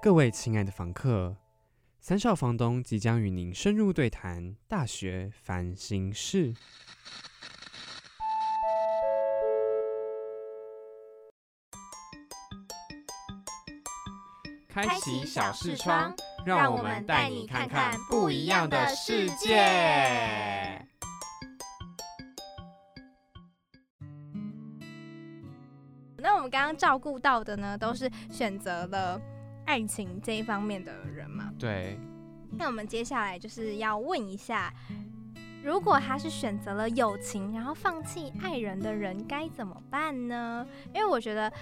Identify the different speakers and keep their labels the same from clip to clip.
Speaker 1: 各位亲爱的房客，三少房东即将与您深入对谈大学烦心事。开
Speaker 2: 开启小视窗，让我们带你看看不一样的世界。那我们刚刚照顾到的呢，都是选择了爱情这一方面的人嘛。
Speaker 1: 对，
Speaker 2: 那我们接下来就是要问一下，如果他是选择了友情，然后放弃爱人的人，该怎么办呢？因为我觉得，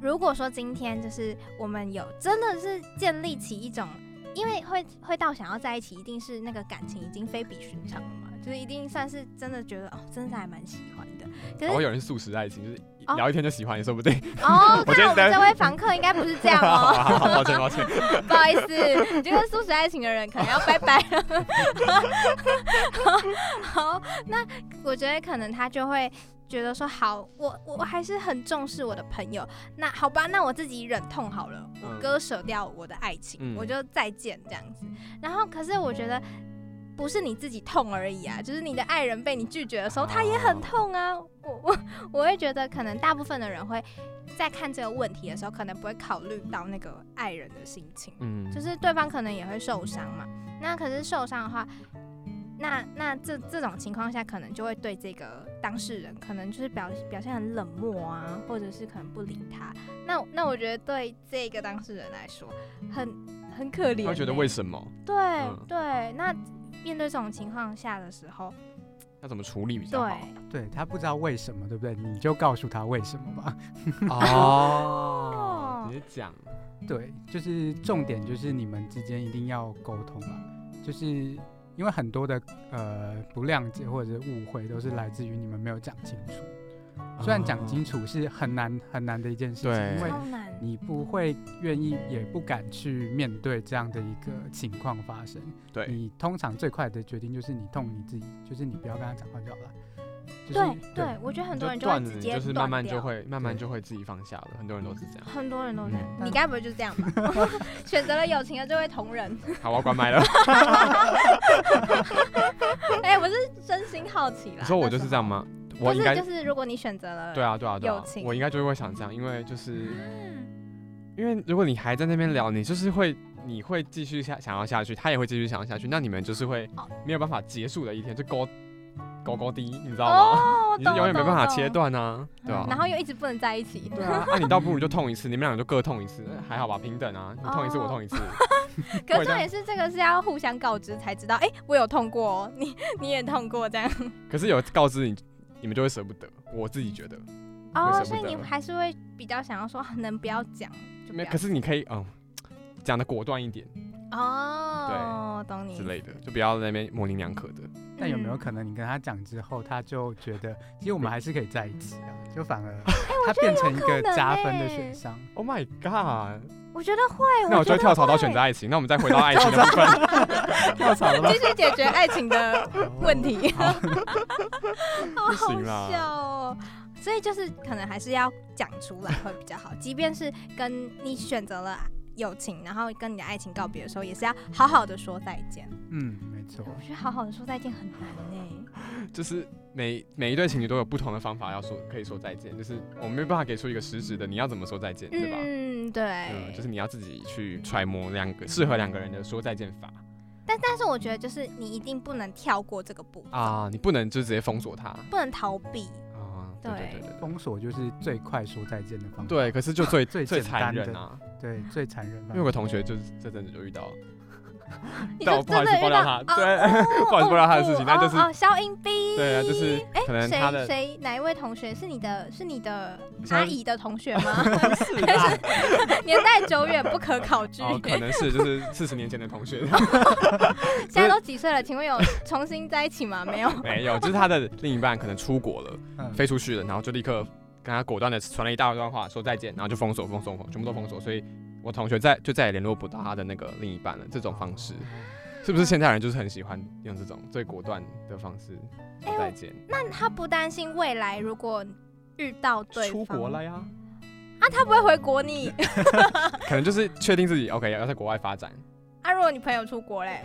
Speaker 2: 如果说今天就是我们有真的是建立起一种，因为会会到想要在一起，一定是那个感情已经非比寻常了嘛，就是一定算是真的觉得哦，真的还蛮喜欢的。可
Speaker 3: 然后
Speaker 2: 是
Speaker 3: 有人素食爱情，就是一
Speaker 2: 哦
Speaker 3: 聊一天就喜欢，也说 不定。
Speaker 2: 哦，
Speaker 3: 我觉
Speaker 2: 看我
Speaker 3: 得
Speaker 2: 们这位房客应该不是这样哦。
Speaker 3: 抱歉抱歉，
Speaker 2: 不好意思，觉得素食爱情的人可能要拜拜 了。好，那我觉得可能他就会觉得说，好，我我我还是很重视我的朋友。那好吧，那我自己忍痛好了，我
Speaker 1: 嗯
Speaker 2: 割舍掉我的爱情，
Speaker 1: 嗯
Speaker 2: 我就再见这样子。然后，可是我觉得。不是你自己痛而已啊，就是你的爱人被你拒绝的
Speaker 1: 哦
Speaker 2: 时候，他也很痛啊。我我我会觉得，可能大部分的人会在看这个问题的时候，可能不会考虑到那个爱人的心情。
Speaker 1: 嗯，
Speaker 2: 就是对方可能也会受伤嘛。那可是受伤的话，那那这这种情况下，可能就会对这个当事人，可能就是表表现很冷漠啊，或者是可能不理他。那那我觉得对这个当事人来说，很很可怜欸、
Speaker 3: 他会觉得为什么？
Speaker 2: 对、
Speaker 3: 嗯
Speaker 2: 对，那面对这种情况下的时候，
Speaker 3: 要怎么处理比较
Speaker 2: 对
Speaker 3: 好？
Speaker 4: 对他不知道为什么，对不对？你就告诉他为什么吧。
Speaker 1: 哦，直接讲，
Speaker 4: 对，就是重点就是你们之间一定要沟通啊，就是因为很多的呃不谅解或者是误会都是来自于你们没有讲清楚。虽然讲清
Speaker 1: 楚，
Speaker 4: 楚是很难很难的一件事情，
Speaker 3: 对
Speaker 4: 因为
Speaker 2: 超难，
Speaker 4: 你不会愿意也不敢去面对这样的一个情况发生。
Speaker 3: 对，
Speaker 4: 你通常最快的决定就是你痛你自己，就是你不要跟他讲话就好了。就
Speaker 2: 对
Speaker 4: 是
Speaker 2: 对，我觉得很多人就会
Speaker 3: 断了
Speaker 2: 直
Speaker 3: 你
Speaker 2: 接
Speaker 3: 就是
Speaker 2: 断
Speaker 3: 慢慢
Speaker 2: 掉
Speaker 3: 就会慢慢
Speaker 4: 对
Speaker 3: 就会自己放下了，很多人都是这样。
Speaker 2: 很多人都这样，
Speaker 4: 嗯
Speaker 2: 你该不会就是这样吧？ 选择了友情的就会同人，
Speaker 3: 好，我要关麦 了。
Speaker 2: 哎、我是真心好奇啦。
Speaker 3: 你说我就是这样
Speaker 2: 吗？
Speaker 3: 吗？
Speaker 2: 不
Speaker 3: 我应
Speaker 2: 是，
Speaker 3: 该
Speaker 2: 就是如果你选择了，
Speaker 3: 对啊对啊对
Speaker 2: 友
Speaker 3: 啊
Speaker 2: 情，嗯
Speaker 3: 我应该就会想这样，因为就是因为如果你还在那边聊，你就是会你会继续下想要下去，他也会继续想要下去，那你们就是会
Speaker 2: 哦
Speaker 3: 没有办法结束的一天，就勾勾勾滴，你知道吗？
Speaker 2: 哦，我
Speaker 3: 你是
Speaker 2: 懂，
Speaker 3: 永远没
Speaker 2: 懂
Speaker 3: 办法
Speaker 2: 懂嗯
Speaker 3: 切断啊，对吧、
Speaker 2: 然后又一直不能在一起，
Speaker 3: 对啊，那、你倒不如就痛一次，你们两个就各痛一次，还好吧，平等啊，你痛一次
Speaker 2: 哦
Speaker 3: 我痛一次，
Speaker 2: 可是重
Speaker 3: 会这样
Speaker 2: 点是这个是要互相告知才知道，哎、我有痛过、哦，你你也痛过这样，
Speaker 3: 可是有告知你，你们就会舍不得，我自己觉得，
Speaker 2: 哦，
Speaker 3: 舍不
Speaker 2: 所以你
Speaker 3: 得
Speaker 2: 还是会比较想要说啊能不要讲就不
Speaker 3: 没
Speaker 2: 要
Speaker 3: 有，可是你可以嗯。讲的果断一点
Speaker 2: 哦，懂你
Speaker 3: 之类的，就不要在那边模棱两可的。
Speaker 4: 但有没有
Speaker 2: 嗯
Speaker 4: 可能你跟他讲之后，他就觉得其实我们还是可以在一起啊？就反
Speaker 2: 哎
Speaker 4: 而他变成一
Speaker 2: 可
Speaker 4: 个
Speaker 2: 能
Speaker 4: 加分
Speaker 2: 欸
Speaker 4: 的 选项。
Speaker 3: Oh my god！
Speaker 2: 我觉得会，
Speaker 3: 那我
Speaker 2: 觉
Speaker 3: 就
Speaker 2: 得
Speaker 3: 跳槽到
Speaker 2: 会
Speaker 3: 选择爱情。那我们再回到爱情的部分。
Speaker 4: 跳槽了吗
Speaker 2: 继？续解决爱情的问题，
Speaker 4: 好
Speaker 2: 好
Speaker 3: 不
Speaker 2: 好
Speaker 3: 行啦
Speaker 2: 笑哦。所以就是可能还是要讲出来会比较好，即便是跟你选择了友情，然后跟你的爱情告别的时候，也是要好好的说再见。
Speaker 4: 嗯，没错。
Speaker 2: 我觉得好好的说再见很难呢、
Speaker 3: 就是每每一对情侣都有不同的方法要说可以说再见，就是我们没有办法给出一个实质的你要怎么说再见，对吧？
Speaker 2: 嗯，对。
Speaker 3: 嗯，就是你要自己去揣摩两个适合两个人的说再见法
Speaker 2: 但但是我觉得就是你一定不能跳过这个步骤，
Speaker 3: 啊，你不能就直接封锁他
Speaker 2: 不能逃避。
Speaker 3: 啊，
Speaker 2: 对
Speaker 3: 对对对对对。
Speaker 4: 封锁就是最快说再见的方法。
Speaker 3: 对，可是就 最
Speaker 4: 最
Speaker 3: 最
Speaker 4: 简
Speaker 3: 残
Speaker 4: 单
Speaker 3: 忍
Speaker 4: 的
Speaker 3: 啊！
Speaker 4: 对，最残忍
Speaker 3: 因
Speaker 4: 方
Speaker 3: 为有
Speaker 4: 法。
Speaker 3: 个同学就是这阵子就遇到，
Speaker 2: 你
Speaker 3: 但
Speaker 2: 就
Speaker 3: 我不好
Speaker 2: 真
Speaker 3: 意
Speaker 2: 的
Speaker 3: 思
Speaker 2: 遇
Speaker 3: 爆料他
Speaker 2: 到，
Speaker 3: 对
Speaker 2: 哦
Speaker 3: 不好意思爆料他的事情
Speaker 2: 哦
Speaker 3: 但就是
Speaker 2: 哦哦消音逼。
Speaker 3: 对啊，就是
Speaker 2: 哎，
Speaker 3: 可能他
Speaker 2: 谁
Speaker 3: 的
Speaker 2: 谁哪一位同学是你的是你的
Speaker 3: 像
Speaker 2: 阿姨的同学吗？
Speaker 3: 是啦，
Speaker 2: 年代久远不可考据。
Speaker 3: 哦，可能是就是四十年前的同学，
Speaker 2: 现在都几岁了？请问有重新在一起吗？没有。
Speaker 3: 没有，就是他的另一半可能出国了，
Speaker 4: 嗯
Speaker 3: 飞出去了，然后就立刻跟他果断的传了一大段话，说再见，然后就封锁、封锁、封，全部都封锁，所以我同学再就再也联络不到他的那个另一半了。这种方式是不是现代人就是很喜欢用这种最果断的方式
Speaker 2: 哎
Speaker 3: 说
Speaker 2: 我
Speaker 3: 再见？
Speaker 2: 那他不担心未来如果遇到对方
Speaker 3: 出国了呀，
Speaker 2: 啊？啊，他不会回国你
Speaker 3: 可能就是确定自己 OK 要在国外发展，
Speaker 2: 啊。如果你朋友出国嘞，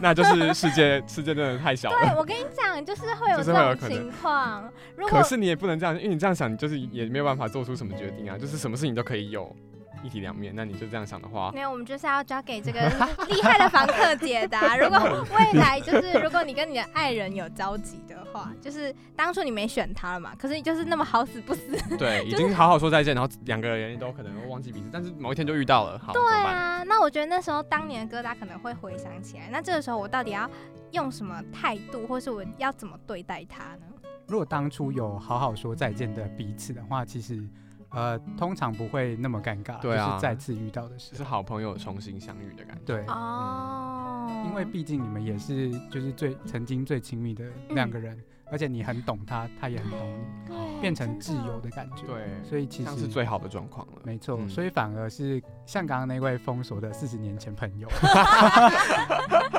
Speaker 3: 那就是世界世界真的太小
Speaker 2: 对
Speaker 3: 了。
Speaker 2: 我跟你讲，就是会有
Speaker 3: 哦
Speaker 2: 这
Speaker 3: 就是会有
Speaker 2: 种
Speaker 3: 可能
Speaker 2: 情况。如果
Speaker 3: 可是你也不能这样，因为你这样想，你就是也没有办法做出什么决定啊。就是什么事情都可以有一体两面，那你就这样想的话，
Speaker 2: 没有，我们就是要交给这个 厉害的房客解 答。如果未来就是如果你跟你的爱人有交集的话， 就是当初你没选他了嘛，可是你就是那么好死不 死。
Speaker 3: 对，已经好好说再见，然后两个人都可能会忘记彼此，但是某一天就遇到了，好，怎
Speaker 2: 对
Speaker 3: 么办？
Speaker 2: 啊，那我觉得那时候当年的疙瘩可能会回想起来。那这个时候我到底要用什么态度，或是我要怎么对待他呢？
Speaker 4: 如果当初有好好说再见的彼此的话，其实呃通常不会那么尴尬，
Speaker 3: 对啊
Speaker 4: 就是再次遇到的
Speaker 3: 就
Speaker 4: 时
Speaker 3: 是
Speaker 4: 候，
Speaker 3: 好朋友重新相遇的感觉。
Speaker 4: 对，
Speaker 2: 哦，
Speaker 4: 因为毕竟你们也是就是最曾经最亲密的两
Speaker 2: 嗯
Speaker 4: 个人，而且你很懂他，他也很懂你，
Speaker 2: 对
Speaker 4: 变成挚友，的感觉，，
Speaker 3: 对，
Speaker 4: 所以其
Speaker 3: 这样是
Speaker 4: 实
Speaker 3: 最好的状况了。
Speaker 4: 没错，
Speaker 3: 嗯
Speaker 4: 所以反而是像刚刚那位封锁的四十年前 朋友，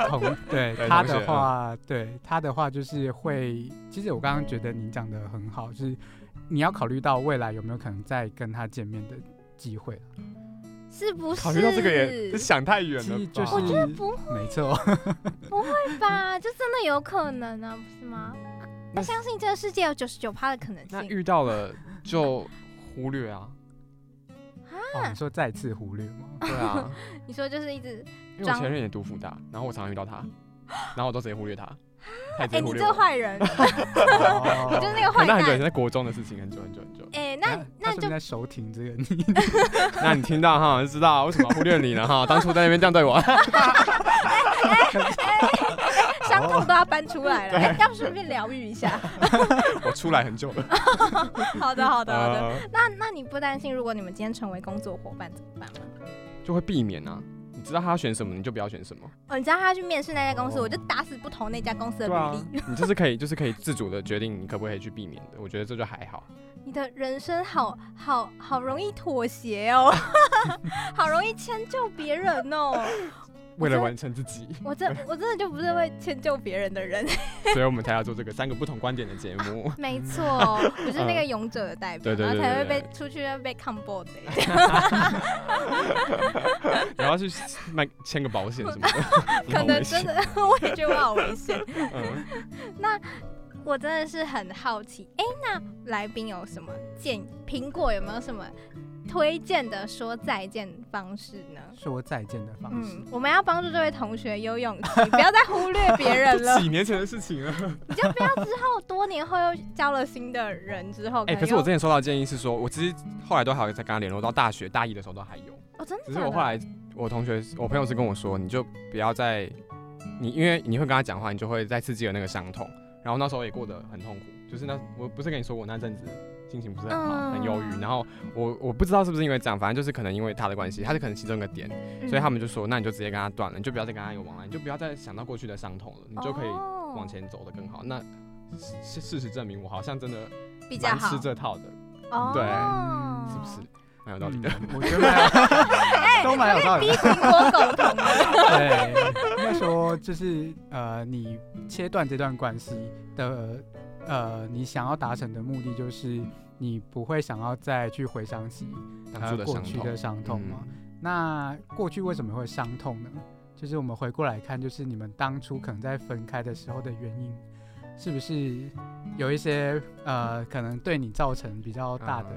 Speaker 4: 同对
Speaker 3: 对
Speaker 4: 他
Speaker 3: 同
Speaker 4: 的
Speaker 3: 学嗯
Speaker 4: 话，对他的话就是会，其实我刚刚觉得你讲的很好，就是你要考虑到未来有没有可能再跟他见面的机会，
Speaker 2: 真的是不是？
Speaker 3: 考虑到这个也想太远
Speaker 4: 其
Speaker 3: 了
Speaker 4: 实
Speaker 3: 吧，
Speaker 4: 就是
Speaker 2: 我觉得不啊
Speaker 4: 没错，
Speaker 2: 会 吧，就真的有可能啊，不是吗？那相信这个世界有九十九趴的可能
Speaker 3: 那
Speaker 2: 性。
Speaker 3: 遇到了就忽略 啊，
Speaker 4: 哦，你说再次忽略 吗？
Speaker 3: 对啊，
Speaker 2: 你说就是一直，
Speaker 3: 因为我
Speaker 2: 张
Speaker 3: 前任也读复大，然后我常常遇到他，然后我都直接忽略他，他也直
Speaker 2: 哎，
Speaker 3: 接
Speaker 2: 你
Speaker 3: 忽
Speaker 2: 这
Speaker 3: 略
Speaker 2: 个
Speaker 3: 我。
Speaker 2: 坏 人，你
Speaker 4: 哦
Speaker 2: 就是那个
Speaker 3: 可
Speaker 2: 坏
Speaker 3: 能很久以
Speaker 2: 蛋。
Speaker 3: 前在国中的事情，很久很久很久。
Speaker 2: 哎，那
Speaker 4: 他
Speaker 2: 那
Speaker 4: 说
Speaker 2: 就
Speaker 4: 你在手挺这个， 你
Speaker 3: 那你听到哈，就知道为什么要忽略你 了哈。当初在那边这样对我，
Speaker 2: 伤
Speaker 3: 哦
Speaker 2: 痛都要搬出来 了，哎要顺便疗愈一下。
Speaker 3: 我出来很久了。
Speaker 2: 好的，好的，好的。
Speaker 3: 呃，
Speaker 2: 那那你不担心，如果你们今天成为工作伙伴怎么办吗？
Speaker 3: 就会避免啊。你知道他要选什么，你就不要选什么。
Speaker 2: 哦，你知道他去面试那家公司，
Speaker 4: 哦
Speaker 2: 我就打死不投那家公司的
Speaker 3: 对
Speaker 2: 履
Speaker 3: 啊
Speaker 2: 历。，
Speaker 3: 你就是可以，就是可以自主的决定你可不可以去避免的。我觉得这就还好。
Speaker 2: 你的人生好好好容易妥协哦， 好容易迁就别人哦。我
Speaker 3: 为了
Speaker 2: 真
Speaker 3: 完成自己，
Speaker 2: 我 真我真的就不是会迁就别人的人，
Speaker 3: 所以我们才要做这个三个不同观点的节目。
Speaker 2: 没错，我是那个勇者的代表，
Speaker 3: 嗯对对
Speaker 2: 然
Speaker 3: 对
Speaker 2: 后才会被
Speaker 3: 对对
Speaker 2: 出去被抗暴的。
Speaker 3: 然后去卖签个保险什么的，
Speaker 2: 可能
Speaker 3: 很危
Speaker 2: 真
Speaker 3: 险。
Speaker 2: 的，我也觉得我好危险。
Speaker 3: 嗯，
Speaker 2: 我真的是很好奇，哎、那来宾有什么建议？苹果有没有什么推荐的说再见方式呢？
Speaker 4: 说再见的方式
Speaker 2: 嗯，，我们要帮助这位同学有勇 气，不要再忽略别人了。
Speaker 3: 几年前的事情了。
Speaker 2: 你就不要之后多年后又交了新的人之后，
Speaker 3: 哎、
Speaker 2: 能
Speaker 3: 可是我
Speaker 2: 又
Speaker 3: 之前收到的建议是说，我其实后来都还有在跟他联络，到大学大一的时候都还有。
Speaker 2: 哦，真的
Speaker 3: 只
Speaker 2: 假
Speaker 3: 是
Speaker 2: 的？
Speaker 3: 我后来我同学我朋友是跟我说，你就不要再你因为你会跟他讲话，你就会再次记得那个伤痛。然后那时候也过得很痛苦，就是那我不是跟你说我那阵子心情不是很好，
Speaker 2: 嗯
Speaker 3: 很忧郁。然后我我不知道是不是因为这样，反正就是可能因为他的关系，他是可能其中一个点，
Speaker 2: 嗯
Speaker 3: 所以他们就说，那你就直接跟他断了，你就不要再跟他有往来，你就不要再想到过去的伤痛了，你就可以
Speaker 2: 哦
Speaker 3: 往前走的更好。那事事实证明，我好像真的
Speaker 2: 比较
Speaker 3: 蛮
Speaker 2: 好
Speaker 3: 吃，这套的，
Speaker 2: 哦，
Speaker 3: 对
Speaker 4: 嗯
Speaker 3: 是不是？蛮有道理的。
Speaker 4: 嗯我觉得蛮有都蛮有道理
Speaker 2: 哎逼
Speaker 4: 的。
Speaker 2: 苹 果狗同的
Speaker 4: 对，应该说就是呃，你切断这段关系的呃，你想要达成的目的就是你不会想要再去回想起
Speaker 3: 当初
Speaker 4: 呃
Speaker 3: 的
Speaker 4: 过
Speaker 3: 伤
Speaker 4: 去
Speaker 3: 痛，
Speaker 4: 的伤痛嘛。那过去为什么会伤痛呢？就是我们回过来看，就是你们当初可能在分开的时候的原因，是不是有一些呃，可能对你造成比较大的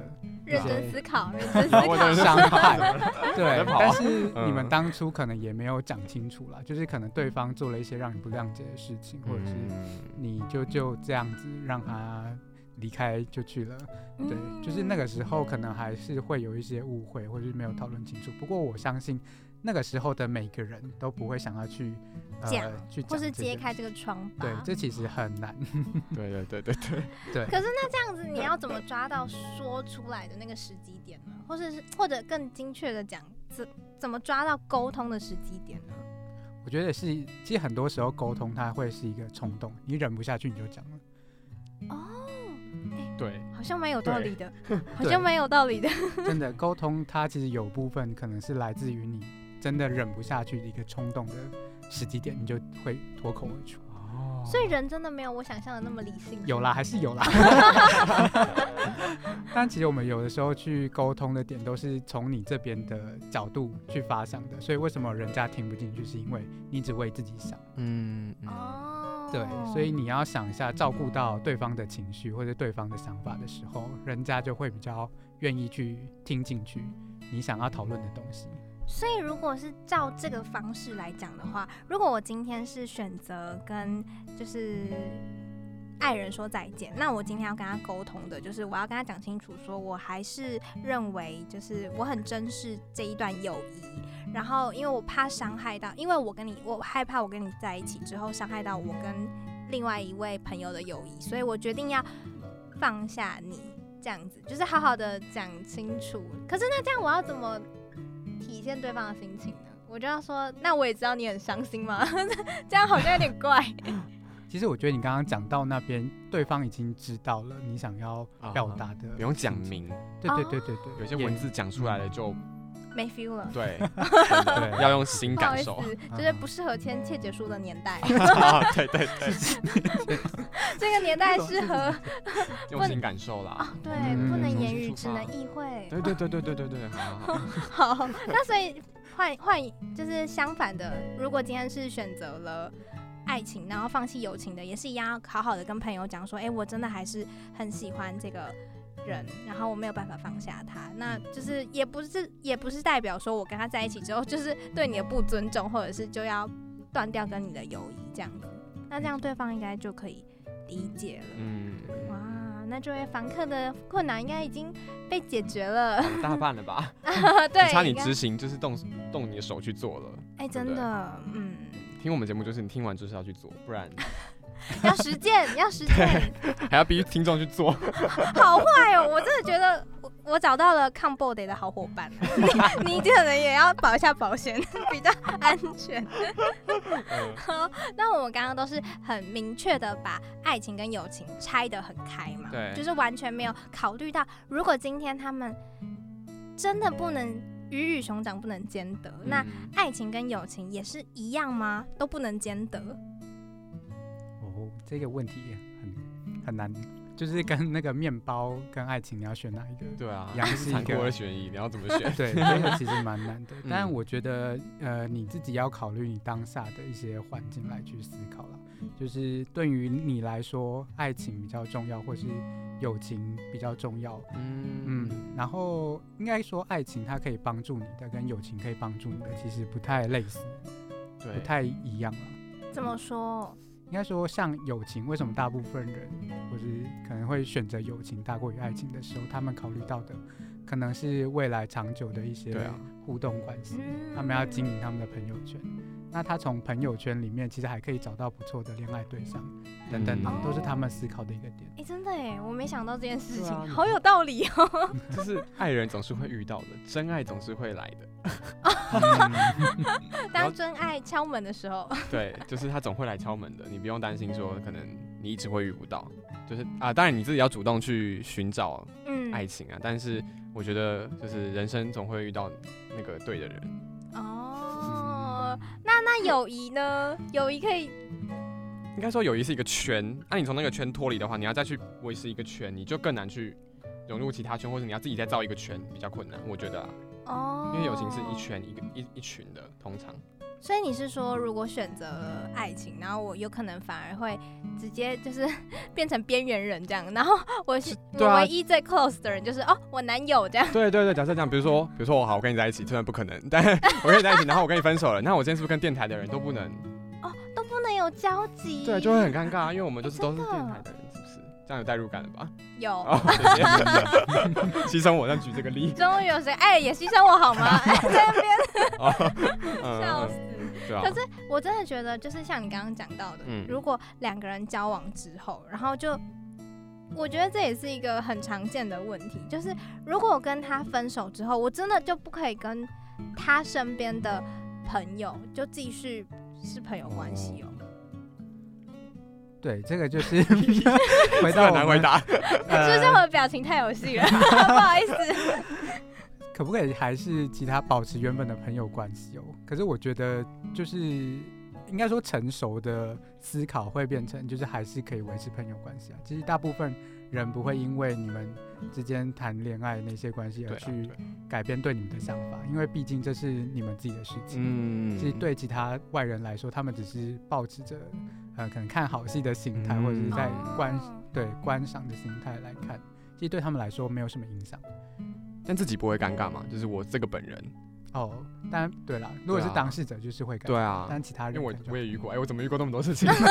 Speaker 2: 认真思考，认真思
Speaker 3: 我的
Speaker 2: 考。
Speaker 4: 伤害？ 对
Speaker 3: 在，跑
Speaker 4: 但是你们
Speaker 3: 嗯
Speaker 4: 当初可能也没有讲清楚啦，就是可能对方做了一些让你不谅解的事情，或者是
Speaker 3: 嗯
Speaker 4: 你就就这样子让他离开就去了。
Speaker 2: 嗯
Speaker 4: 对，就是那个时候可能还是会有一些误会，或者是没有讨论清楚。不过我相信那个时候的每个人都不会想要去
Speaker 2: 讲
Speaker 4: 呃去
Speaker 2: 或
Speaker 4: 讲
Speaker 2: 是
Speaker 4: 这
Speaker 2: 揭
Speaker 4: 个
Speaker 2: 开这个疮疤。
Speaker 4: 对，这其实很难。
Speaker 3: 对对对对对，
Speaker 4: 对，
Speaker 2: 可是那这样子，你要怎么抓到说出来的那个时机点呢？或者是或者更精确的讲，怎怎么抓到沟通的时机点呢？
Speaker 4: 我觉得是，其实很多时候沟通它会是一个冲动，你忍不下去你就讲了。
Speaker 2: 哦，
Speaker 3: 对，
Speaker 2: 好像蛮有道理的，好
Speaker 4: 对
Speaker 2: 像蛮有道理的。
Speaker 4: 真的，沟通它其实有部分可能是来自于你真的忍不下去的一个冲动的时机点，你就会脱口而出。
Speaker 3: 哦
Speaker 2: 所以人真的没有我想象的那么理性。
Speaker 4: 有啦，还是有啦。 但其实我们有的时候去沟通的点都是从你这边的角度去发想的，所以为什么人家听不进去，是因为你只为自己想。
Speaker 3: 嗯，嗯
Speaker 2: 哦，
Speaker 4: 对，所以你要想一下，照顾到对方的情绪或者对方的想法的时候，人家就会比较愿意去听进去你想要讨论的东西。
Speaker 2: 所以，如果是照这个方式来讲的话，如果我今天是选择跟就是爱人说再见，那我今天要跟他沟通的，就是我要跟他讲清楚，说我还是认为就是我很珍视这一段友谊，然后因为我怕伤害到，因为我跟你，我害怕我跟你在一起之后伤害到我跟另外一位朋友的友谊，所以我决定要放下你。这样子就是好好的讲清楚，可是那这样我要怎么体现对方的心情呢？我就要说，那我也知道你很伤心嘛， 这样好像有点怪。
Speaker 4: 其实我觉得你刚刚讲到那边，对方已经知道了你想要表达的，
Speaker 3: 啊不用讲。明，
Speaker 4: 对对对对对，
Speaker 3: 有些文
Speaker 4: 也
Speaker 3: 字讲出来了就
Speaker 2: 没 feel 了，
Speaker 3: 对，
Speaker 4: 对
Speaker 3: 要用心
Speaker 2: 不好
Speaker 3: 感
Speaker 2: 意
Speaker 3: 受。
Speaker 2: 思，就是不适合签切结书的年代，
Speaker 3: 啊，对对对，
Speaker 2: 这个年代适合
Speaker 3: 用心感受啦。
Speaker 2: 对
Speaker 4: 嗯，
Speaker 2: 不能
Speaker 4: 重
Speaker 2: 言
Speaker 3: 新
Speaker 2: 语，
Speaker 3: 出
Speaker 2: 只
Speaker 3: 发
Speaker 2: 能意会。
Speaker 3: 对对对对对对对，好好好
Speaker 2: 好，那所以换换就是相反的，如果今天是选择了。爱情，然后放弃友情的，也是一样，要好好的跟朋友讲说，哎、我真的还是很喜欢这个人，然后我没有办法放下他，那就是也不是也不是代表说我跟他在一起之后，就是对你的不尊重，或者是就要断掉跟你的友谊这样子，那这样对方应该就可以理解了。
Speaker 3: 嗯，
Speaker 2: 哇，那这位房客的困难应该已经被解决了，
Speaker 3: 长大半了吧？
Speaker 2: 对，
Speaker 3: 只差你
Speaker 2: 应该
Speaker 3: 执行，就是动动你的手去做了。
Speaker 2: 哎、真
Speaker 3: 对
Speaker 2: 的，嗯，
Speaker 3: 听我们节目就是你听完就是要去做，不然
Speaker 2: 要实践，要实践，
Speaker 3: 还要逼听众去做。
Speaker 2: 好坏哦！我真的觉得我我找到了抗 b o d 的好伙伴， 你你可能也要保一下保险， 比较安全。
Speaker 3: 嗯
Speaker 2: 好，那我们刚刚都是很明确的把爱情跟友情拆得很开嘛，
Speaker 3: 对
Speaker 2: 就是完全没有考虑到，如果今天他们真的不能鱼与熊掌不能兼得，那
Speaker 3: 嗯
Speaker 2: 爱情跟友情也是一样吗？都不能兼得？
Speaker 4: 哦，这个问题也很很难，就是跟那个面包跟爱情，你要选哪一个？
Speaker 3: 对啊，
Speaker 4: 羊是一
Speaker 3: 残酷
Speaker 4: 个
Speaker 3: 二选一，你要怎么选？
Speaker 4: 对， 这个其实蛮难的
Speaker 3: 嗯。
Speaker 4: 但我觉得，呃，你自己要考虑你当下的一些环境来去思考啦。就是对于你来说，爱情比较重要，或是友情比较重要。嗯，然后应该说，爱情它可以帮助你的，跟友情可以帮助你的，其实不太类似，
Speaker 3: 对
Speaker 4: 不，太一样了。
Speaker 2: 怎么说？
Speaker 4: 应该说，像友情，为什么大部分人或是可能会选择友情大过于爱情的时候，他们考虑到的可能是未来长久的一
Speaker 3: 对
Speaker 4: 些
Speaker 3: 啊
Speaker 4: 互动关系，
Speaker 2: 嗯
Speaker 4: 他们要经营他们的朋友圈。那他从朋友圈里面其实还可以找到不错的恋爱对象，等等等
Speaker 2: 嗯，
Speaker 4: 都是他们思考的一个点。
Speaker 2: 哎、真的哎，我没想到这件事
Speaker 3: 对
Speaker 2: 情，
Speaker 3: 啊
Speaker 2: 好有道理哦、
Speaker 3: 就是爱人总是会遇到的，真爱总是会来的。嗯
Speaker 2: 当真爱敲门的时 候，
Speaker 3: 对，就是他总会来敲门的，你不用担心说可能你一直会遇不到。就是啊，当然你自己要主动去寻找
Speaker 2: 嗯，
Speaker 3: 爱情啊，但是我觉得就是人生总会遇到那个对的人。
Speaker 2: 哦，
Speaker 3: 嗯
Speaker 2: 那那友谊呢？友谊可以，
Speaker 3: 应该说友谊是一个圈，那、你从那个圈脱离的话，你要再去维持一个圈，你就更难去融入其他圈，或者你要自己再造一个圈比较困难，我觉得啊，
Speaker 2: 哦，
Speaker 3: 因为友情是一。圈一个一一群的，通常
Speaker 2: 所以你是说，如果选择了爱情，然后我有可能反而会直接就是 变成边缘人这样，然后我是、
Speaker 3: 对啊
Speaker 2: 我唯一最 close 的人就是哦，我男友这样。
Speaker 3: 对对对，假设这样，比如说，比如说我好，我跟你在一起，虽然不可能，但 我跟你在一起，然后我跟你分手了，那我今天是不是跟电台的人都不能？
Speaker 2: 哦，都不能有交集，
Speaker 3: 对，啊就会很尴尬，因为我们就是
Speaker 2: 哎
Speaker 3: 都是
Speaker 2: 真的
Speaker 3: 电台的人，是不是？这样有代入感了吧？
Speaker 2: 有。
Speaker 3: 哦，谢谢。牺 牲我，那举这个例。
Speaker 2: 终于有谁哎、也牺牲我好 吗？ 哎、在那边
Speaker 3: 哦，
Speaker 2: 笑
Speaker 3: 嗯，
Speaker 2: 死。
Speaker 3: 嗯对啊
Speaker 2: 可。是我真的觉得，就是像你刚刚讲到的，
Speaker 3: 嗯
Speaker 2: 如果两个人交往之后，然后就，我觉得这也是一个很常见的问题，就是如果我跟他分手之后，我真的就不可以跟他身边的朋友就继续是朋友关系 哦。
Speaker 4: 对，这个就是 回
Speaker 3: 这很
Speaker 4: 到我
Speaker 3: 难
Speaker 4: 们
Speaker 3: 回，答。
Speaker 2: 是不是我
Speaker 4: 呃，
Speaker 2: 的表情太有戏 了？不好意思。
Speaker 4: 可不可以还是其他保持原本的朋友关系哦？可是我觉得就是应应该说成熟的思考会变成，就是还是可以维持朋友关系啊。其实大部分人不会因为你们之间谈恋爱那些关系
Speaker 3: 对
Speaker 4: 而
Speaker 3: 啊
Speaker 4: 去
Speaker 3: 对
Speaker 4: 改变对你们的想法，因为毕竟这是你们自己的事情。
Speaker 3: 嗯
Speaker 4: 其实对其他外人来说，他们只是抱持着呃可能看好戏的心态，
Speaker 3: 嗯
Speaker 4: 或者是在观
Speaker 2: 哦
Speaker 4: 对观赏的心态来看，其实对他们来说没有什么影响。
Speaker 3: 但自己不会尴尬嘛？就是我这个本人，
Speaker 4: 哦，当然对了，如果是
Speaker 3: 对啊
Speaker 4: 当事者就是嗯会感
Speaker 3: 对啊，
Speaker 4: 但其他
Speaker 3: 因
Speaker 4: 人
Speaker 3: 为我
Speaker 4: 可能就
Speaker 3: 我也遇过，哎，我怎么遇过那么多事 情？就是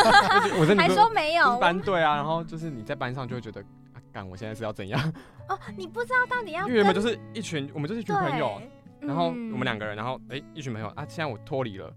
Speaker 3: 我真的
Speaker 2: 还
Speaker 3: 就
Speaker 2: 说没
Speaker 3: 就
Speaker 2: 有
Speaker 3: 是班对啊，然后就是你在班上就会觉得，啊，干，我现在是要 怎样？
Speaker 2: 哦，你不知道到底要
Speaker 3: 因为原本
Speaker 2: 跟
Speaker 3: 就是一群，我们就是一群朋友，，
Speaker 2: 对
Speaker 3: 然后我
Speaker 2: 嗯
Speaker 3: 们两个人，然后哎、一群朋友啊，现在我脱离了，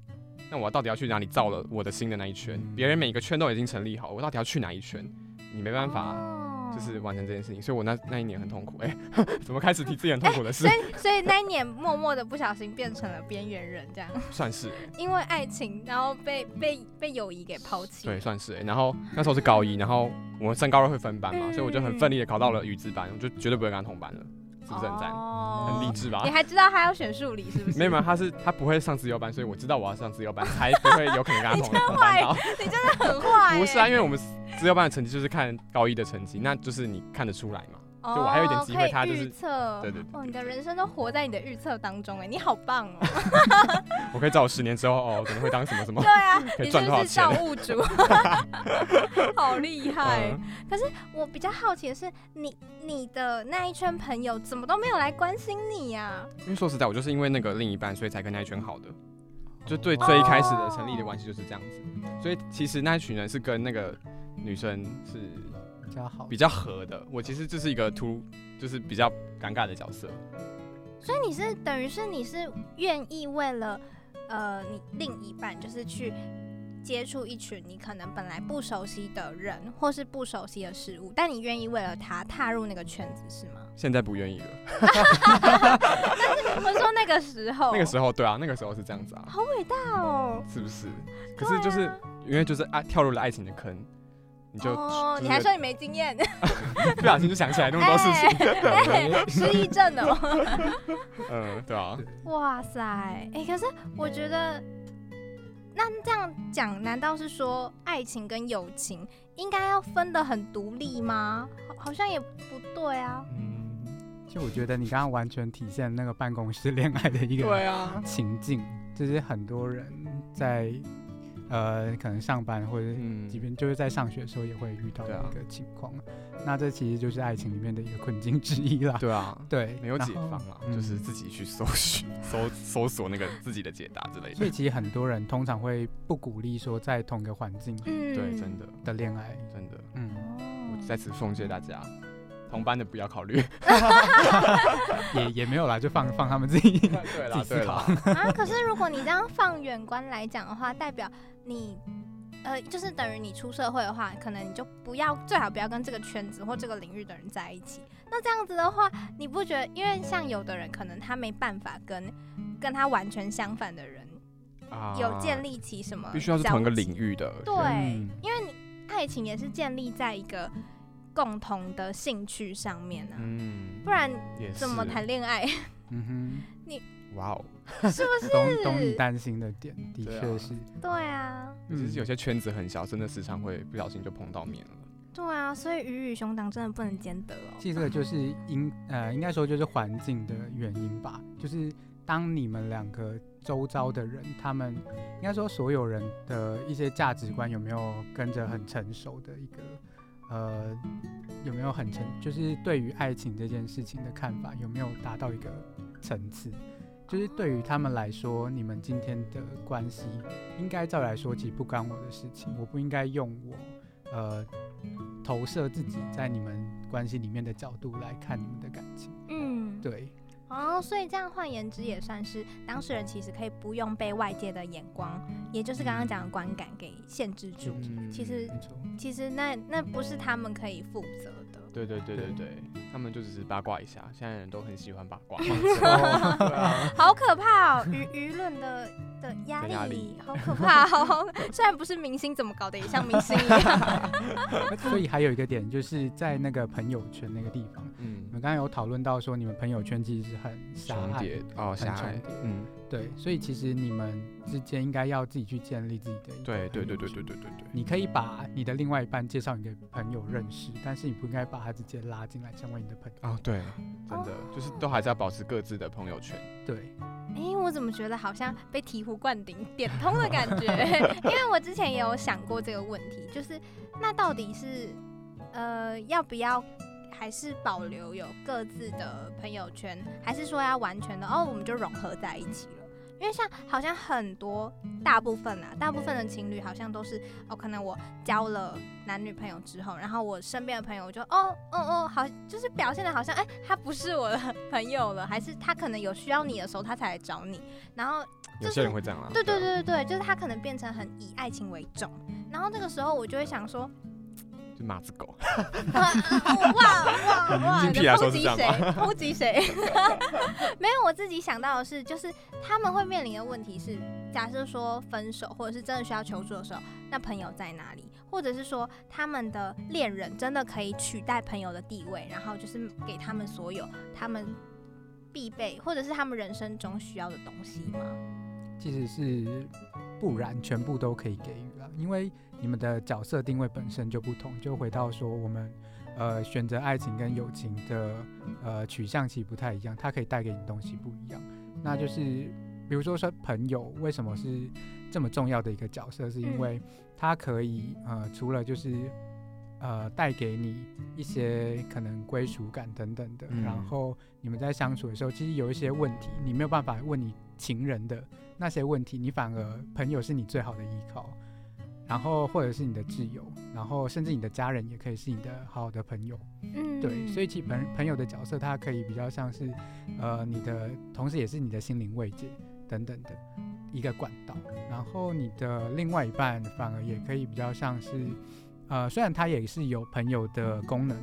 Speaker 3: 那我到底要去哪里造了我的新的那一圈？
Speaker 4: 嗯
Speaker 3: 别人每个圈都已经成立好，我到底要去哪一圈？你没办法，啊
Speaker 2: 哦
Speaker 3: 就是完成这件事情，所以我那那一年很痛苦。哎、 怎么开始提自己很痛苦的事
Speaker 2: 所？以，所以那一年默默的不小心变成了边缘人，这样，
Speaker 3: 算是哎
Speaker 2: 因为爱情，然后被被被友谊给抛弃。
Speaker 3: 对，，算是哎、然后那时候是高一，然后我升高二会分班嘛，所以我就
Speaker 2: 嗯
Speaker 3: 很奋力的考到了语资班，我就绝对不会跟他同班了，是不是很赞？
Speaker 2: 哦
Speaker 3: 很励志吧
Speaker 2: 你？还知道他要选数理是不是？
Speaker 3: 没有没有，他是他不会上自由班，所以我知道我要上自由班，才不会有可能跟他 同同班到。
Speaker 2: 你真的很欸坏耶。
Speaker 3: 不是啊，因为我们
Speaker 2: 哎
Speaker 3: 自由班的成绩就是看高一的成绩，那就是你看得出来嘛。
Speaker 2: 哦，
Speaker 3: 就我还有一点机会他就是
Speaker 2: 可以预测。
Speaker 3: 对对对
Speaker 2: 哇，你的人生都活在你的预测当中，哎，你好棒 哦。
Speaker 3: 我可以找我十年之后哦，可能会当什 么什么
Speaker 2: 对。啊，
Speaker 3: 可
Speaker 2: 你
Speaker 3: 以
Speaker 2: 是
Speaker 3: 赚
Speaker 2: 不
Speaker 3: 多少
Speaker 2: 是造
Speaker 3: 钱
Speaker 2: 物主？ 好厉害。
Speaker 3: 嗯
Speaker 2: 我比较好奇的是，你你的那一圈朋友怎么都没有来关心你啊呀、
Speaker 3: 因为说实在，我就是因为那个另一半，所以才跟那一圈好的。就最最一开始的成立的关系就是这样子，所以其实那一群人是跟那个女生是
Speaker 4: 比较好
Speaker 3: 比。较合的。我其实就是一个突，就是比较尴尬的角色。
Speaker 2: 所以你是等于是你是愿意为了呃你另一半，就是去接触一群你可能本来不熟悉的人或是不熟悉的事物，但你愿意为了他踏入那个圈子是吗？
Speaker 3: 现在不愿意了。
Speaker 2: 我说那个时候，
Speaker 3: 那个时候，对啊，那个时候是这样子啊，
Speaker 2: 好伟大哦。
Speaker 3: 是不是？可是就是
Speaker 2: 对啊
Speaker 3: 因为就是爱跳入了爱情的坑，你就
Speaker 2: 哦，
Speaker 3: 就是
Speaker 2: 你还说你没经验，
Speaker 3: 不小心就想起来那么多事情。
Speaker 2: 哎对，失忆症哦。
Speaker 3: 嗯，对啊，
Speaker 2: 哇塞，哎、可是我觉得，那这样讲，难道是说爱情跟友情应该要分得很独立吗？好好像也不对啊。
Speaker 3: 嗯，
Speaker 4: 就我觉得你刚刚完全体现那个办公室恋爱的一个
Speaker 3: 啊，
Speaker 4: 情境，就是很多人在呃可能上班或者
Speaker 3: 嗯
Speaker 4: 即便就是在上学的时候也会遇到
Speaker 3: 对
Speaker 4: 的
Speaker 3: 啊
Speaker 4: 一个情况。那这其实就是爱情里面的一个困境之一啦。
Speaker 3: 对啊，
Speaker 4: 对，
Speaker 3: 没有
Speaker 4: 然
Speaker 3: 解
Speaker 4: 后
Speaker 3: 放啊，
Speaker 4: 嗯
Speaker 3: 就是自己去搜寻、搜 搜索那个自己的解答之类
Speaker 4: 所以
Speaker 3: 的。
Speaker 4: 其实很多人通常会不鼓励说在同一个环境
Speaker 2: 嗯，
Speaker 3: 对，真的。
Speaker 4: 的恋爱。
Speaker 3: 真的，
Speaker 4: 嗯，
Speaker 3: 我
Speaker 2: 哦
Speaker 3: 在此奉劝大家，同班的不要考虑。
Speaker 4: 也也没有啦，就放放他们自己。
Speaker 3: 对
Speaker 4: 啦对啦，
Speaker 2: 啊，可是如果你这样放远观来讲的话，代表你。呃，就是等于你出社会的话，可能你就不要最好不要跟这个圈子或这个领域的人在一起。那这样子的话，你不觉得？因为像有的人可能他没办法跟跟他完全相反的人
Speaker 3: 啊
Speaker 2: 有建，立起什么、
Speaker 3: 必须要是同一个领。域的。
Speaker 2: 对，
Speaker 4: 嗯
Speaker 2: 因为你爱情也是建立在一个共同的兴趣上面啊，
Speaker 3: 嗯
Speaker 2: 不，然
Speaker 3: 也是
Speaker 2: 怎么谈？恋爱？
Speaker 4: 嗯
Speaker 3: 哇哦，
Speaker 2: 是不
Speaker 4: 哼，
Speaker 2: 是？
Speaker 4: 懂懂你担心的点，的
Speaker 3: 对啊
Speaker 4: 确是。
Speaker 2: 对啊，
Speaker 4: 嗯
Speaker 3: 其实有些圈子很小，真的时常会不小心就碰到面了。
Speaker 2: 对啊，所以鱼与熊掌真的不能兼得哦。
Speaker 4: 其实这个就是因呃，应该说就是环境的原因吧。就是当你们两个周遭的人，他们应该说所有人的一些价值观有没有跟着很成熟的一个呃，有没有很成，就是对于爱情这件事情的看法有没有达到一个层次？就是对于他们来说，你们今天的关系应该照来说，其实不干我的事情，我不应该用我呃投射自己在你们关系里面的角度来看你们的感情。
Speaker 2: 嗯，
Speaker 4: 对，
Speaker 2: 哦，所以这样换言之，也算是当事人其实可以不用被外界的眼光，也就是刚刚讲的观感给限制住。
Speaker 4: 嗯
Speaker 2: 其实
Speaker 4: 没错，
Speaker 2: 其实那那不是他们可以负责的。
Speaker 3: 对对对对
Speaker 4: 对
Speaker 3: 对，他们就只是八卦 一下，现在人都很喜欢八卦。
Speaker 4: 哦
Speaker 2: 好可怕哦！舆舆论的的压
Speaker 3: 的压
Speaker 2: 力
Speaker 3: 力，
Speaker 2: 好可怕哦！ 虽然不是明星，怎么搞得也像明星一样？
Speaker 4: 所以还有一个点就是在那个朋友圈那个地方，
Speaker 3: 嗯
Speaker 4: 你，们刚刚有讨论到说你们朋友圈其实是很狭
Speaker 3: 重
Speaker 4: 隘
Speaker 3: 叠
Speaker 4: 的，
Speaker 3: 哦，
Speaker 4: 很
Speaker 3: 狭
Speaker 4: 重
Speaker 3: 隘
Speaker 4: 叠，
Speaker 3: 嗯，
Speaker 4: 对，所以其实你们之间应该要自己去建立自己的一个
Speaker 3: 对对
Speaker 4: 朋
Speaker 3: 对
Speaker 4: 友
Speaker 3: 对对
Speaker 4: 圈
Speaker 3: 对对对，
Speaker 4: 你可以把你的另外一半介绍你给朋友认识，但是你不应该把他直接拉进来成为你的朋友。
Speaker 3: 啊，对，真的
Speaker 2: 哦
Speaker 3: 就是都还是要保持各自的朋友圈，
Speaker 4: 对，
Speaker 2: 哎、我怎么觉得好像被醍醐灌顶、点通的感觉？ 因为我之前也有想过这个问题，就是那到底是呃要不要，还是保留有各自的朋友圈，还是说要完全的哦，我们就融合在一起了？因为像好像很多大部分啊，大部分的情侣好像都是哦，可能我交了男女朋友之后，然后我身边的朋友就哦哦哦，好，就是表现的好像哎、他不是我的朋友了，还是他可能有需要你的时候他才来找你，然后
Speaker 3: 有些人会这样啊，
Speaker 2: 对对
Speaker 3: 啊，
Speaker 2: 对对对，就是他可能变成很以爱情为重，然后那个时候我就会想说，
Speaker 3: 就马子狗，
Speaker 2: 啊啊哇哇哇！
Speaker 3: 精辟
Speaker 2: 你
Speaker 3: 来
Speaker 2: 抨
Speaker 3: 说是
Speaker 2: 击
Speaker 3: 这样
Speaker 2: 谁
Speaker 3: 吗？
Speaker 2: 抨击谁？ 没有，我自己想到的是，就是他们会面临的问题是，假设说分手，或者是真的需要求助的时候，那朋友在哪里？或者是说他们的恋人真的可以取代朋友的地位，然后就是给他们所有他们必备，或者是他们人生中需要的东西吗？
Speaker 4: 即使是不然，全部都可以给予啊，因为你们的角色定位本身就不同。就回到说我们呃选择爱情跟友情的呃取向其实不太一样，它可以带给你的东西不一样。那就是比如说说朋友为什么是这么重要的一个角色，是因
Speaker 2: 嗯
Speaker 4: 为它可以呃除了就是。呃，带给你一些可能归属感等等的，
Speaker 3: 嗯
Speaker 4: 然后你们在相处的时候，其实有一些问题你没有办法问你情人的那些问题，你反而朋友是你最好的依靠，然后或者是你的挚友，然后甚至你的家人也可以是你的好好的朋友。
Speaker 2: 嗯，
Speaker 4: 对，所以其实朋朋友的角色，它可以比较像是，呃，你的同时也是你的心灵慰藉等等的一个管道。然后你的另外一半反而也可以比较像是，呃，虽然他也是有朋友的功能，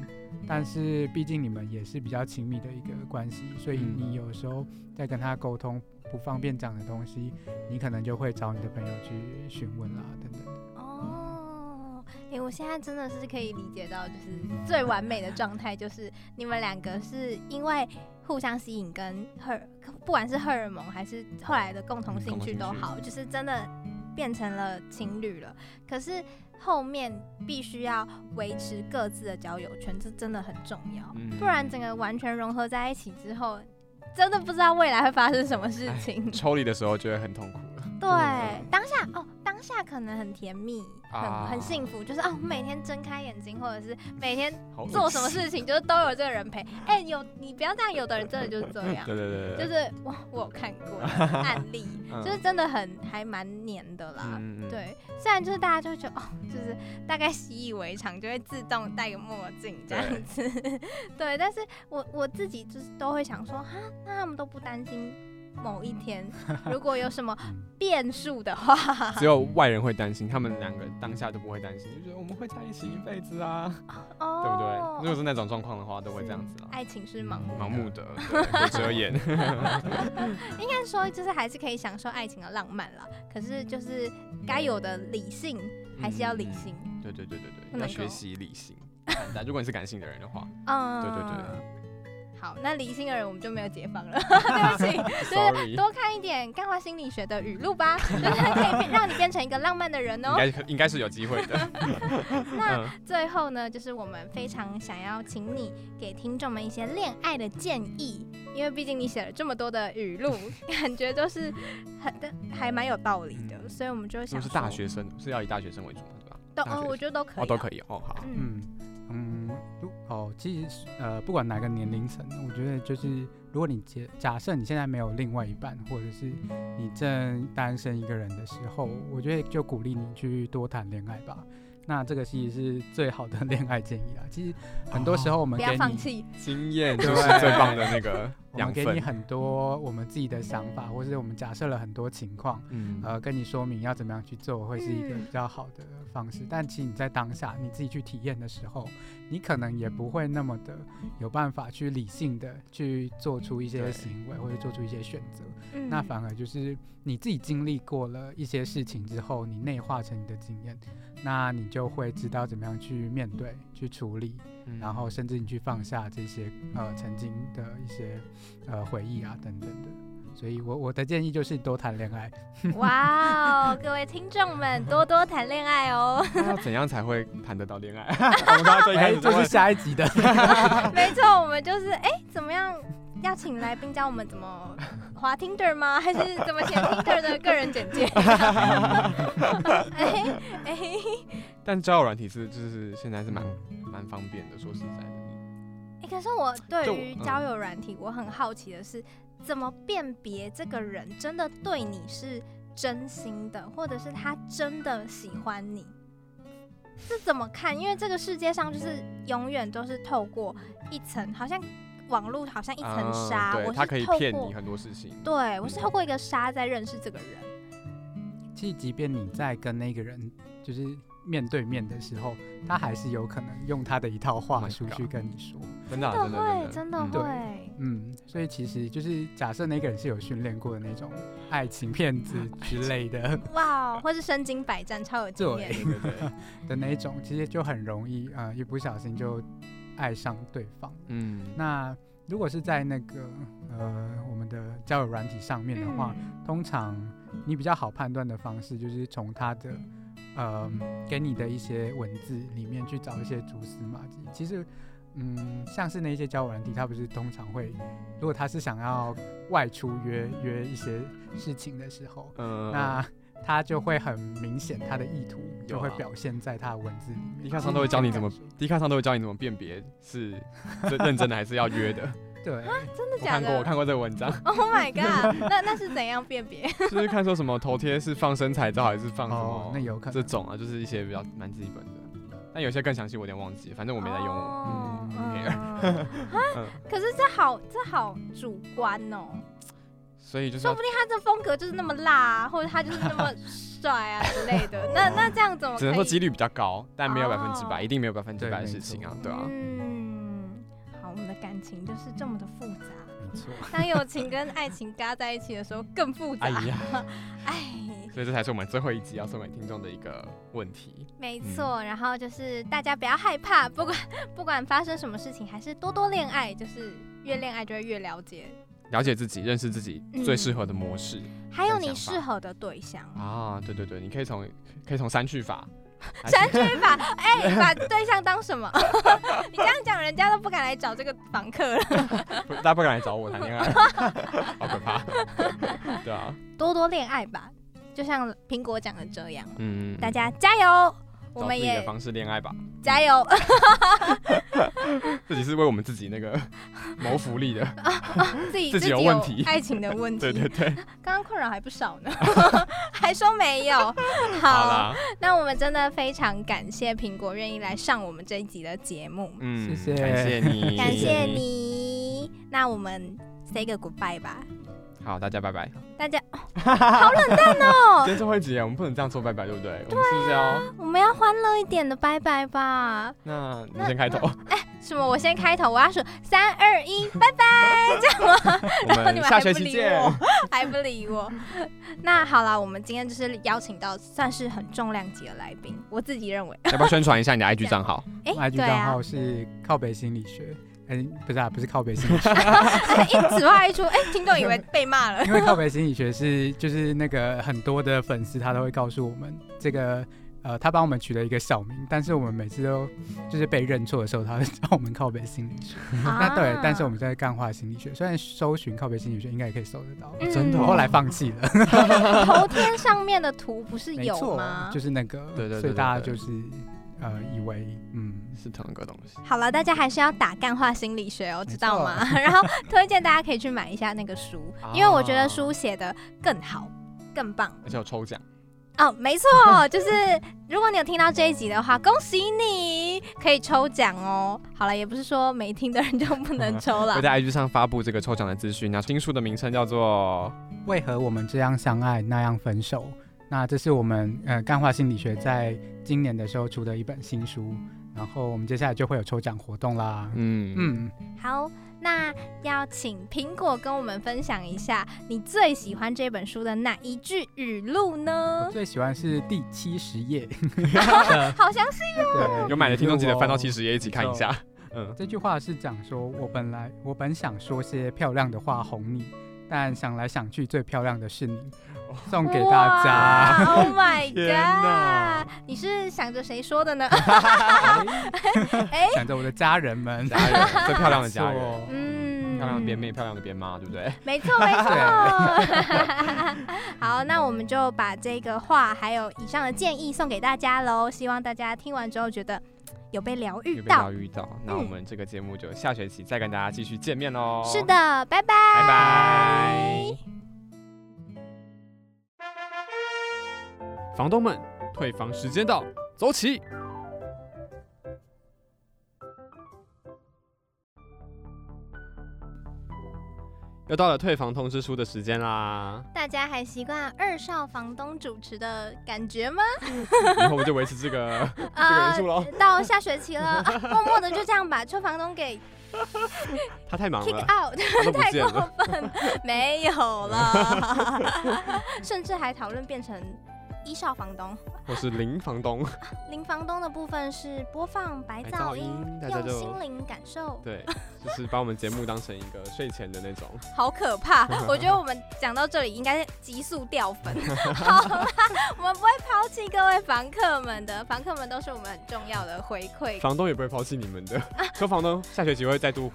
Speaker 4: 但是毕竟你们也是比较亲密的一个关系，所以
Speaker 3: 嗯
Speaker 4: 你有时候在跟他沟通不方便讲的东西，你可能就会找你的朋友去询问啦，等等的。
Speaker 2: 哦，哎，我现在真的是可以理解到，就是最完美的状态，就是你们两个是因为互相吸引，跟荷尔，不管是荷尔蒙还是后来的共同
Speaker 3: 嗯
Speaker 2: 兴
Speaker 3: 共同
Speaker 2: 趣
Speaker 3: 兴
Speaker 2: 都
Speaker 3: 趣
Speaker 2: 好，就是真的变成了情侣了。可是后面必须要维持各自的交友圈，这真的很重要，
Speaker 3: 嗯
Speaker 2: 不然整个完全融合在一起之后。真的不知道未来会发生什么事
Speaker 3: 哎
Speaker 2: 情。
Speaker 3: 抽离的时候就会很痛苦了，
Speaker 2: 对
Speaker 3: 对，
Speaker 2: 当下哦，当下可能很甜蜜，很、
Speaker 3: 啊
Speaker 2: 很幸福，就是哦，每天睁开眼睛，或者是每天
Speaker 3: 好恶
Speaker 2: 做什么
Speaker 3: 心？
Speaker 2: 事情，就是都有这个人陪。哎、有你不要这样，有的人真的就是这样
Speaker 3: 对，对对 对，
Speaker 2: 就
Speaker 3: 对
Speaker 2: 是我我有看 过案例，就是真的很还蛮黏的啦。
Speaker 3: 嗯嗯嗯
Speaker 2: 对，虽然就是大家就会觉得哦，就是大概习以为常，就会自动戴个墨镜这样子，对。但是我我自己就是都会想说，哈，那他们都不担心某一 天如果有什么
Speaker 4: 嗯
Speaker 2: 变数的话，
Speaker 3: 只有外人会担心，他们两个当下都不会担心，就觉得我们会在一起一辈子啊，对不对？
Speaker 2: 哦，
Speaker 3: 如果是那种状况的话，都会这样子啊，嗯
Speaker 2: 爱情是盲目的，
Speaker 3: 盲目的，对会遮 掩，
Speaker 2: 应该说就是还是可以享受爱情的浪漫啦。可是就是该有的理性还是要理性，
Speaker 3: 嗯。对对对对
Speaker 2: 不
Speaker 3: 对，
Speaker 2: 能
Speaker 3: 要
Speaker 2: 够
Speaker 3: 学习理性。看待如果你是感性的人的话，
Speaker 2: 嗯，
Speaker 3: 对对对。
Speaker 2: 好，那理性的人我们就没有解 放了，对啊不起，就是
Speaker 3: Sorry
Speaker 2: 多看一点干化心理学的语录吧，就是可以变让你变成一个浪漫的人
Speaker 3: 应
Speaker 2: 哦。
Speaker 3: 该可应该是有机会 的。
Speaker 2: 那
Speaker 3: 嗯
Speaker 2: 最后呢，就是我们非常想要请你给听众们一些恋爱的建议，因为毕竟你写了这么多的语录，感觉都是很还蛮有道理的，
Speaker 3: 嗯
Speaker 2: 所以我们就
Speaker 3: 如
Speaker 2: 想
Speaker 3: 果是
Speaker 2: 说
Speaker 3: 大学生，是要以大学生为主嘛，对吧？
Speaker 2: 都，
Speaker 3: 大
Speaker 2: 嗯，
Speaker 3: 学
Speaker 2: 我觉得都可以啊，
Speaker 3: 哦，都可以哦，好，
Speaker 2: 嗯，
Speaker 4: 嗯嗯，如哦，其实呃，不管哪个年龄层，我觉得就是，如果你假假设你现在没有另外一半，或者是你正单身一个人的时候，我觉得就鼓励你去多谈恋爱吧。那这个其实是最好的 恋爱建议啦。其实很多时候我们
Speaker 2: 哦不
Speaker 4: 给
Speaker 2: 要
Speaker 4: 你，
Speaker 2: 放弃，
Speaker 3: 经验就是最棒的那个
Speaker 4: 我
Speaker 3: 养
Speaker 4: 们给
Speaker 3: 分
Speaker 4: 你很多我们自己的想法，或是我们假设了很多情况，
Speaker 3: 嗯，
Speaker 4: 呃，跟你说明要怎么样去做，会是一个
Speaker 2: 嗯
Speaker 4: 比较好的方式。但其实你在当下你自己去体验的时候，你可能也不会那么的有办法去理性的去做出一些
Speaker 3: 对
Speaker 4: 行为，或者做出一些选择。
Speaker 2: 嗯
Speaker 4: 那反而就是你自己经历过了一些事情之后，你内化成你的经验，那你就会知道怎么样去面对、去处理，
Speaker 3: 嗯
Speaker 4: 然后甚至你去放下这些呃曾经的一些呃回忆啊等等的。所以我我的建议就是多谈恋爱。
Speaker 2: 哇哦，各位听众们多多谈恋爱哦，
Speaker 3: 那要怎样才会谈得到恋爱？ 我们刚刚最一开
Speaker 4: 哎，
Speaker 3: 始
Speaker 4: 这
Speaker 3: 就是问
Speaker 4: 下一集的。
Speaker 2: 没错，我们就是哎、怎么样？要请来宾教我们怎么滑 Tinder 吗？还是怎么写 Tinder 的个人简介？ 哎哎，
Speaker 3: 但交友软体是就是现在是蛮蛮方便的，说实在的，
Speaker 2: 欸可是我对
Speaker 3: 就
Speaker 2: 于
Speaker 3: 嗯
Speaker 2: 交友软体，我很好奇的是，怎么辨别这个人真的对你是真心的，或者是他真的喜欢你？这怎么看？因为这个世界上就是永远都是透过一层，好像网络好像一层
Speaker 3: 啊
Speaker 2: 纱，我是
Speaker 3: 对，他可以
Speaker 2: 透
Speaker 3: 骗
Speaker 2: 过
Speaker 3: 你，很多事情。
Speaker 2: 对我是透过一个纱在认识这个人。
Speaker 4: 其实即便你在跟那个人就是面对面的时候，他还是有可能用他的一套话
Speaker 3: Oh my
Speaker 4: 术
Speaker 3: God
Speaker 4: 去跟你说。
Speaker 3: 真的啊
Speaker 2: 真
Speaker 3: 真
Speaker 2: 的
Speaker 3: 的
Speaker 2: 会，真的
Speaker 3: 嗯
Speaker 2: 会，
Speaker 4: 嗯，所以其实就是假设那个人是有训练过的那种爱情骗子之类的
Speaker 2: 哇哦，或是身经百战，超有经验嗯
Speaker 4: 对。
Speaker 3: 对对对，
Speaker 4: 的那一种，其实就很容易呃一不小心就爱上对方。
Speaker 3: 嗯，
Speaker 4: 那如果是在那个呃我们的交友软体上面的话，通常你比较好判断的方式就是从他的
Speaker 2: 嗯
Speaker 4: 呃给你的一些文字里面去找一些蛛丝马迹。其实，嗯，像是那些交友软体，它不是通常会，如果他是想要外出约约一些事情的时候，
Speaker 3: 呃，
Speaker 4: 那他就会很明显他的意图就
Speaker 3: 有
Speaker 4: 会
Speaker 3: 啊
Speaker 4: 表现在他的文字里面。
Speaker 3: 你看
Speaker 4: 其
Speaker 3: 上
Speaker 4: 实
Speaker 3: 都会教
Speaker 4: 可以
Speaker 3: 你怎
Speaker 4: 感
Speaker 3: 么
Speaker 4: 受
Speaker 3: 迪卡上都会教你怎么辨别 是这认真的还是要约的。
Speaker 4: 对。
Speaker 2: 真的
Speaker 3: 我
Speaker 2: 假
Speaker 3: 看
Speaker 2: 的？
Speaker 3: 过，我看过这个 文章，
Speaker 2: Oh my god，那那是怎样辨别？
Speaker 3: 就是看说什么头贴是放身材照还是放什
Speaker 4: 哦
Speaker 3: 么，
Speaker 4: 那有可能
Speaker 3: 这种啊，就是一些比较蛮基本的。但有些更详细，我有点忘记，反正我没在用。
Speaker 2: 哦
Speaker 3: 嗯，没
Speaker 2: 嗯
Speaker 3: 有
Speaker 2: 啊
Speaker 3: 嗯
Speaker 2: 可是这好，这好主观哦。
Speaker 3: 所以就是
Speaker 2: 说
Speaker 3: 要
Speaker 2: 不定他这风格就是那么辣、啊，或者他就是那么帅啊之类 的。那那这样怎么可以？
Speaker 3: 只能说几率比较高，但没有百分之
Speaker 2: 哦
Speaker 3: 百，一定没有百分之
Speaker 4: 对
Speaker 3: 百的
Speaker 4: 没
Speaker 3: 事情啊
Speaker 4: 错，
Speaker 3: 对啊。
Speaker 2: 嗯，好，我们的感情就是这么的复杂。
Speaker 4: 没错，
Speaker 2: 当友情跟爱情嘎在一起的时候更复杂
Speaker 3: 哎。呀，
Speaker 2: 哎，
Speaker 3: 所以这才是我们最后一集要送给听众的一个问题。
Speaker 2: 没错。
Speaker 3: 嗯
Speaker 2: 然后就是大家不要害怕，不管不管发生什么事情，还是多多恋爱，就是越恋爱就会越了解，
Speaker 3: 了解自己，认识自己
Speaker 2: 嗯
Speaker 3: 最适合的模式、
Speaker 2: 还有你
Speaker 3: 跟想法
Speaker 2: 适合的对象。
Speaker 3: 啊！对对对，你可以从可以从删去法，还是
Speaker 2: 删去 法，哎、把对象当什么？ 你这样讲，人家都不敢来找这个房客了。
Speaker 3: 不大家不敢来找我谈 恋爱，好可怕。对啊，
Speaker 2: 多多恋爱吧，就像苹果讲的这样，
Speaker 3: 嗯，
Speaker 2: 大家加油，我
Speaker 3: 找自
Speaker 2: 们
Speaker 3: 己的
Speaker 2: 也
Speaker 3: 方式恋爱吧，
Speaker 2: 加 油。
Speaker 3: 自己是为我们自己 那个谋福利的。
Speaker 2: 自己
Speaker 3: 自己有
Speaker 2: 有
Speaker 3: 问题
Speaker 2: 爱情的问题。
Speaker 3: 对对对，
Speaker 2: 刚刚困扰还不少呢， 还说没有。
Speaker 3: 好
Speaker 2: 好，
Speaker 3: 啦，
Speaker 2: 那我们真的非常感谢苹果愿意来上我们这一集的节目，
Speaker 3: 嗯，
Speaker 4: 谢谢
Speaker 3: 感谢你，
Speaker 2: 感谢。你。那我们 say 个 goodbye 吧，
Speaker 3: 好，大家拜拜。
Speaker 2: 大家、哦 好冷淡哦
Speaker 3: 今。天最后一集，我们不能这样说拜拜，对不对？我们是不是要？
Speaker 2: 我们要欢乐一点的拜拜吧。
Speaker 3: 那你先开 头，
Speaker 2: 什么？我先开头，我要说三二一，拜拜，
Speaker 3: 我
Speaker 2: 然后你
Speaker 3: 们
Speaker 2: 们
Speaker 3: 下
Speaker 2: 还
Speaker 3: 学
Speaker 2: 不
Speaker 3: 期
Speaker 2: 理
Speaker 3: 见。
Speaker 2: 我，还不理我。那好啦，我们今天就是邀请到算是很重量级的来宾，我自己认 为，
Speaker 3: 要不要宣传一下你的 IG 账号？
Speaker 2: 哎、
Speaker 4: IG
Speaker 2: 对
Speaker 4: 账
Speaker 2: 啊
Speaker 4: 号，是靠北心理学，哎、不是啊，不是靠北心理学，
Speaker 2: 一此话一出，哎、听众以 为被骂了。
Speaker 4: 因为靠北心理学是就是那个很多的粉丝他都会告诉我们这个。呃，他帮我们取了一个小名，但是我们每次都就是被认错的时候，他会叫我们靠北心理学。那对，但是
Speaker 2: 啊
Speaker 4: 我们在干化心理学，虽然搜寻靠北心理学应该也可以搜得到，
Speaker 2: 嗯
Speaker 3: 真的
Speaker 4: 我后来放弃了。
Speaker 2: 们 头天上面的图不是
Speaker 4: 没
Speaker 2: 有
Speaker 4: 错
Speaker 2: 吗，？
Speaker 4: 就是那个，
Speaker 3: 对对对
Speaker 4: 所以
Speaker 3: 对
Speaker 4: 大家
Speaker 3: 对
Speaker 4: 就是呃以为嗯
Speaker 3: 是同一个东西。
Speaker 2: 好了，大家还是要打干话心理学哦，
Speaker 4: 错
Speaker 2: 知道吗？ 然后推荐大家可以去
Speaker 4: 啊
Speaker 2: 买一下那个书，因为我觉得书写的更好、更棒。
Speaker 3: 而且有抽奖，
Speaker 2: 哦，没 错，就是如果你有听到这一集的话，恭喜你可以抽奖哦。好了，也不是说没听的人就不能抽了
Speaker 3: 会。在 IG 上发布这个抽奖的资讯。那新书的名称叫做
Speaker 4: 为何我们这样相爱那样分手？那这是我们呃干化心理学在今年的时候出的一本新书，然后我们接下来就会有抽奖活动啦。
Speaker 3: 嗯嗯，
Speaker 4: 嗯，
Speaker 2: 好，那要请苹果跟我们分享一下你最喜欢这本书的哪一句语录
Speaker 4: 嗯我
Speaker 2: 呢？
Speaker 4: 最喜欢是第七 十页的，
Speaker 2: 好详细
Speaker 4: 对，
Speaker 3: 有买的听众记得翻到七
Speaker 4: 十。
Speaker 3: 十页一起看一下。嗯，
Speaker 4: 这句话是讲说，我本来我本想说些漂亮的话哄你，但想来想去，最漂亮的是你，
Speaker 3: 哦
Speaker 4: 送给大
Speaker 2: 哇
Speaker 4: 家。
Speaker 2: 啊！Oh my
Speaker 3: 天哪
Speaker 2: god！你是想着谁说的呢？
Speaker 4: 哎想着我的家人 们，
Speaker 3: 家人最漂亮的家人，
Speaker 4: 没错
Speaker 2: 嗯，
Speaker 3: 漂亮的边妹，漂亮的边妈，对不对？
Speaker 2: 没错，没错。 好，那我们就把这个话还有以上的建议送给大家喽。希望大家听完之后觉得嘖有被疗愈
Speaker 3: 有被
Speaker 2: 到
Speaker 3: 到。遇到，那我们这个节目就下学期再跟大家继续见面喽。
Speaker 2: 是，的，拜拜。
Speaker 3: 拜拜。房东们，退房时间到，走起！又到了退房通知书的时间啦，
Speaker 2: 大家还习惯二少房东主持的感觉吗？啊
Speaker 3: 以后我们就维持 这个 这个人数喽。
Speaker 2: 到下学期了，啊默默的就这样把臭房东给
Speaker 3: 他太忙
Speaker 2: kick
Speaker 3: 了，
Speaker 2: out，
Speaker 3: 他都 不
Speaker 2: 太
Speaker 3: 见了
Speaker 2: 过。 分，没有了， 甚至还讨论变成一少房东。
Speaker 3: 我是林房东，
Speaker 2: 零房东的部分是播放白
Speaker 3: 白
Speaker 2: 噪
Speaker 3: 噪
Speaker 2: 音，
Speaker 3: 音，大家
Speaker 2: 用
Speaker 3: 就
Speaker 2: 心灵感受，
Speaker 3: 对，就是把我们节目当成一个睡前的那种。
Speaker 2: 好可 怕！我觉得我们讲到这里应该急速掉粉。好啦，我们不会抛弃各位房客们的，房客们都是我们很重要的回馈。
Speaker 3: 房东也不会抛弃你们的，说房东下学期会再度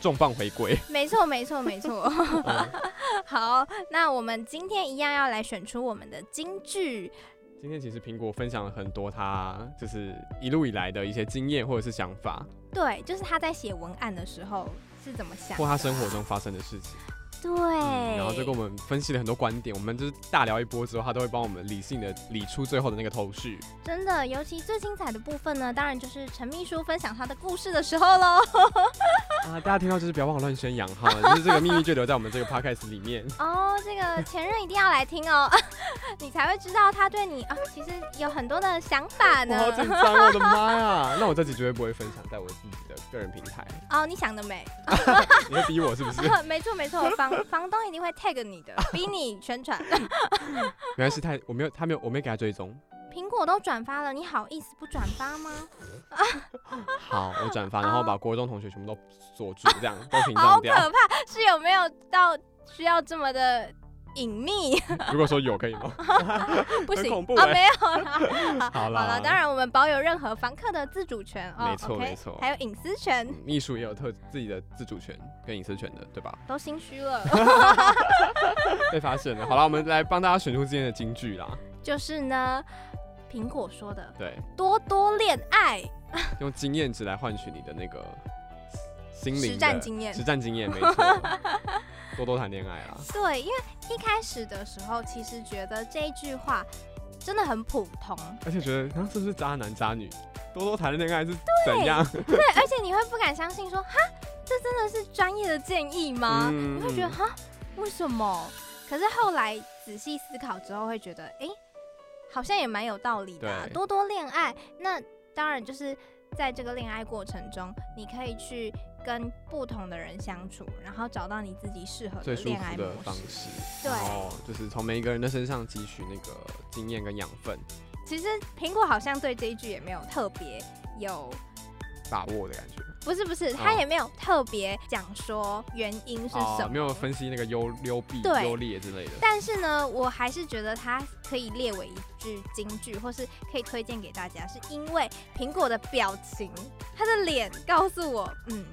Speaker 3: 重磅回归。
Speaker 2: 没错，没错，没 错。
Speaker 3: 嗯
Speaker 2: 好，那我们今天一样要来选出我们的金句。
Speaker 3: 今天其实苹果分享了很多他就是一路以来的一些经验或者是想法，
Speaker 2: 对，就是他在写文案的时候是怎么想
Speaker 3: 或。他生活中发生的事情，
Speaker 2: 对、
Speaker 3: 嗯然后就跟我们分析了很多观点。我们就是大聊一波之后，他都会帮我们理性的理出最后的那个头绪。
Speaker 2: 真的，尤其最精彩的部分呢，当然就是陈秘书分享他的故事的时候喽。
Speaker 3: 啊，大家听到就是不要忘了乱宣扬哈，就是这个秘密就留在我们这个 podcast 里面。
Speaker 2: 哦，这个前任一定要来听哦，你才会知道他对你啊、其实有很多的想法
Speaker 3: 我
Speaker 2: 呢。
Speaker 3: 好紧张，哦我的妈 呀！那我这集绝对不会分享在我自己的个人平台，
Speaker 2: 哦，你想的美，
Speaker 3: 你会逼我是 不是？
Speaker 2: 没错没错，房房东一定会 tag 你的，逼你宣传。
Speaker 3: 原来是太我没有他没有我没有给他追踪。
Speaker 2: 苹果都转发了，你好意思不转发吗？
Speaker 3: 好，我转发，然后把国中同学全部都锁住，这样都屏
Speaker 2: 哦好
Speaker 3: 障
Speaker 2: 可
Speaker 3: 掉。
Speaker 2: 怕，是有没有到需要这么的隐秘？
Speaker 3: 如果说有可以 吗？
Speaker 2: 不行
Speaker 3: 恐怖
Speaker 2: 啊、
Speaker 3: 欸
Speaker 2: 没有啦。
Speaker 3: 好啦
Speaker 2: 了，当然我们保有任何房客的自主权哦，
Speaker 3: 没错
Speaker 2: OK，
Speaker 3: 没错
Speaker 2: 还有隐私权，
Speaker 3: 嗯秘书也有特自己的自主权跟隐私权的，对吧？
Speaker 2: 都心虚了。
Speaker 3: 被发现了。好了，我们来帮大家选出今天的金句啦。
Speaker 2: 就是呢，苹果说的
Speaker 3: 对，
Speaker 2: 多多恋爱，
Speaker 3: 用经验值来换取你的那个心灵的
Speaker 2: 实战经验
Speaker 3: 实战经验没 错。多多谈恋爱啊，
Speaker 2: 对，因为一开始的时候，其实觉得这一句话真的很普通，
Speaker 3: 而且觉得啊，这是渣男渣女，多多谈恋爱是怎样？
Speaker 2: 对，而且你会不敢相信说，哈，这真的是专业的建议吗？啊
Speaker 3: 嗯
Speaker 2: 你会觉得哈，为什么？可是后来仔细思考之后，会觉得，诶，好像也蛮有道理的啊、
Speaker 3: 对
Speaker 2: 多多恋爱，那当然就是在这个恋爱过程中，你可以去跟不同的人相处，然后找到你自己适合的
Speaker 3: 最舒
Speaker 2: 恋爱
Speaker 3: 服的
Speaker 2: 模
Speaker 3: 方
Speaker 2: 式。
Speaker 3: 式，哦
Speaker 2: 对
Speaker 3: 然后就是从每一个人的身上汲取那个经验跟养分，
Speaker 2: 其实苹果好像对这一句也没有特别有，
Speaker 3: 把握的感觉。
Speaker 2: 不是不是，他
Speaker 3: 哦
Speaker 2: 也没有特别讲说原因是
Speaker 3: 哦
Speaker 2: 什么，
Speaker 3: 没有分析那个优优弊、
Speaker 2: 对
Speaker 3: 优劣之类的。
Speaker 2: 但是呢，我还是觉得它可以列为一句金句，或是可以推荐给大家，是因为苹果的表情，他的脸告诉我，嗯，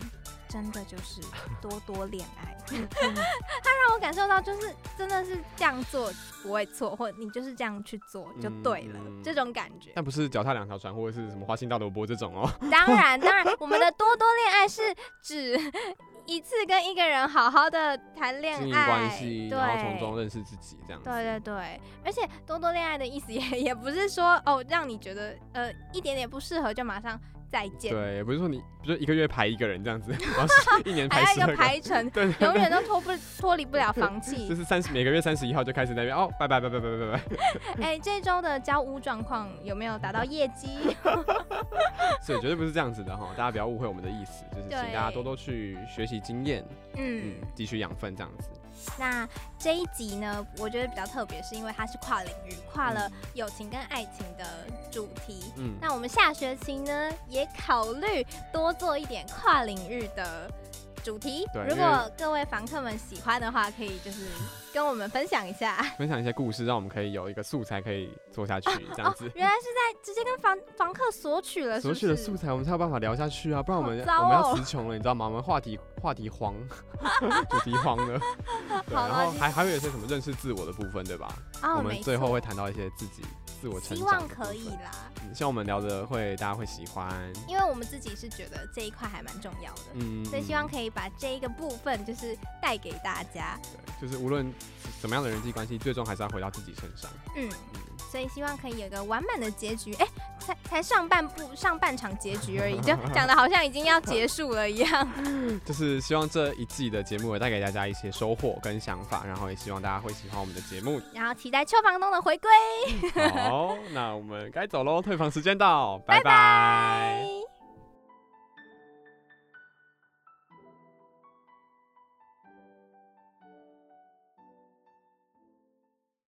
Speaker 2: 真的就是多多恋爱， 他让我感受到就是真的是这样做不会错，或你就是这样去做就对了，
Speaker 3: 嗯嗯
Speaker 2: 这种感觉。
Speaker 3: 但不是脚踏两条船或者是什么花心大萝卜这种哦，
Speaker 2: 当然，当然，我们的多多恋爱是指 一次跟一个人好好的谈恋
Speaker 3: 经营
Speaker 2: 爱，
Speaker 3: 关系，
Speaker 2: 对，
Speaker 3: 然后从中认识自己这样子。
Speaker 2: 对对对，而且多多恋爱的意思也也不是说哦，让你觉得呃一点点不适合就马上再见，
Speaker 3: 对，也不是说你，不是一个月排一个人这 样子，然后是一年
Speaker 2: 还要
Speaker 3: 排
Speaker 2: 一
Speaker 3: 十二
Speaker 2: 个
Speaker 3: 个，
Speaker 2: 排 程，
Speaker 3: 对，对
Speaker 2: 永远都脱不脱离不了 房契
Speaker 3: 就。是三十每个月三十一号就开始那边哦，拜拜拜拜拜拜拜拜，
Speaker 2: 哎、这周的交屋状况有没有达到业绩？ 嗯
Speaker 3: 所以绝对不是这样子的哈，大家不要误会我们的意思，就是请
Speaker 2: 对
Speaker 3: 大家多多去学习经验，
Speaker 2: 嗯
Speaker 3: 嗯，，汲取养分这样子。
Speaker 2: 那这一集呢，我觉得比较特别，是因为它是跨领域，跨了友情跟爱情的主题。
Speaker 3: 嗯，
Speaker 2: 那我们下学期呢，也考虑多做一点跨领域的主题
Speaker 3: 对。
Speaker 2: 如
Speaker 3: 因为
Speaker 2: 果各位房客们喜欢的话，可以就是跟我们分享一 下。
Speaker 3: 分享一些故事，让我们可以有一个素材可以做 下去这样子。
Speaker 2: 原来是在直接跟房房客索取呃了，是
Speaker 3: 索
Speaker 2: 不
Speaker 3: 取的
Speaker 2: 是？
Speaker 3: 素材，我们才有办法聊下去啊，不然我们、
Speaker 2: 好糟哦
Speaker 3: 我们要词穷了，你知道吗？我们话题话题荒， 主题荒了。对，
Speaker 2: 好了
Speaker 3: 然后
Speaker 2: 你
Speaker 3: 还还会有一些什么认识自我的部分，对吧？
Speaker 2: 哦，
Speaker 3: 我
Speaker 2: 没
Speaker 3: 们
Speaker 2: 错
Speaker 3: 最后会谈到一些自己自我成
Speaker 2: 希
Speaker 3: 长的
Speaker 2: 望
Speaker 3: 部分。
Speaker 2: 可以啦，
Speaker 3: 嗯，希望我们聊的会大家会喜欢。
Speaker 2: 因为我们自己是觉得这一块还蛮重要的。
Speaker 3: 嗯，
Speaker 2: 所以希望可以把这一个部分就是带给大家，
Speaker 3: 对，就是无论怎么样的人际关系，最终还是要回到自己身上。
Speaker 2: 嗯，
Speaker 3: 嗯，
Speaker 2: 所以希望可以有个完满的结局。哎、才才上半部上半场结局而已，就讲的好像已经要结束了一样。
Speaker 3: 就是希望这一季的节目也带给大家一些收获跟想法，然后也希望大家会喜欢我们的节 目。
Speaker 2: 然后期待邱房东的回归。
Speaker 3: 好，那我们该走喽，退房时间到，拜
Speaker 2: 拜
Speaker 3: 拜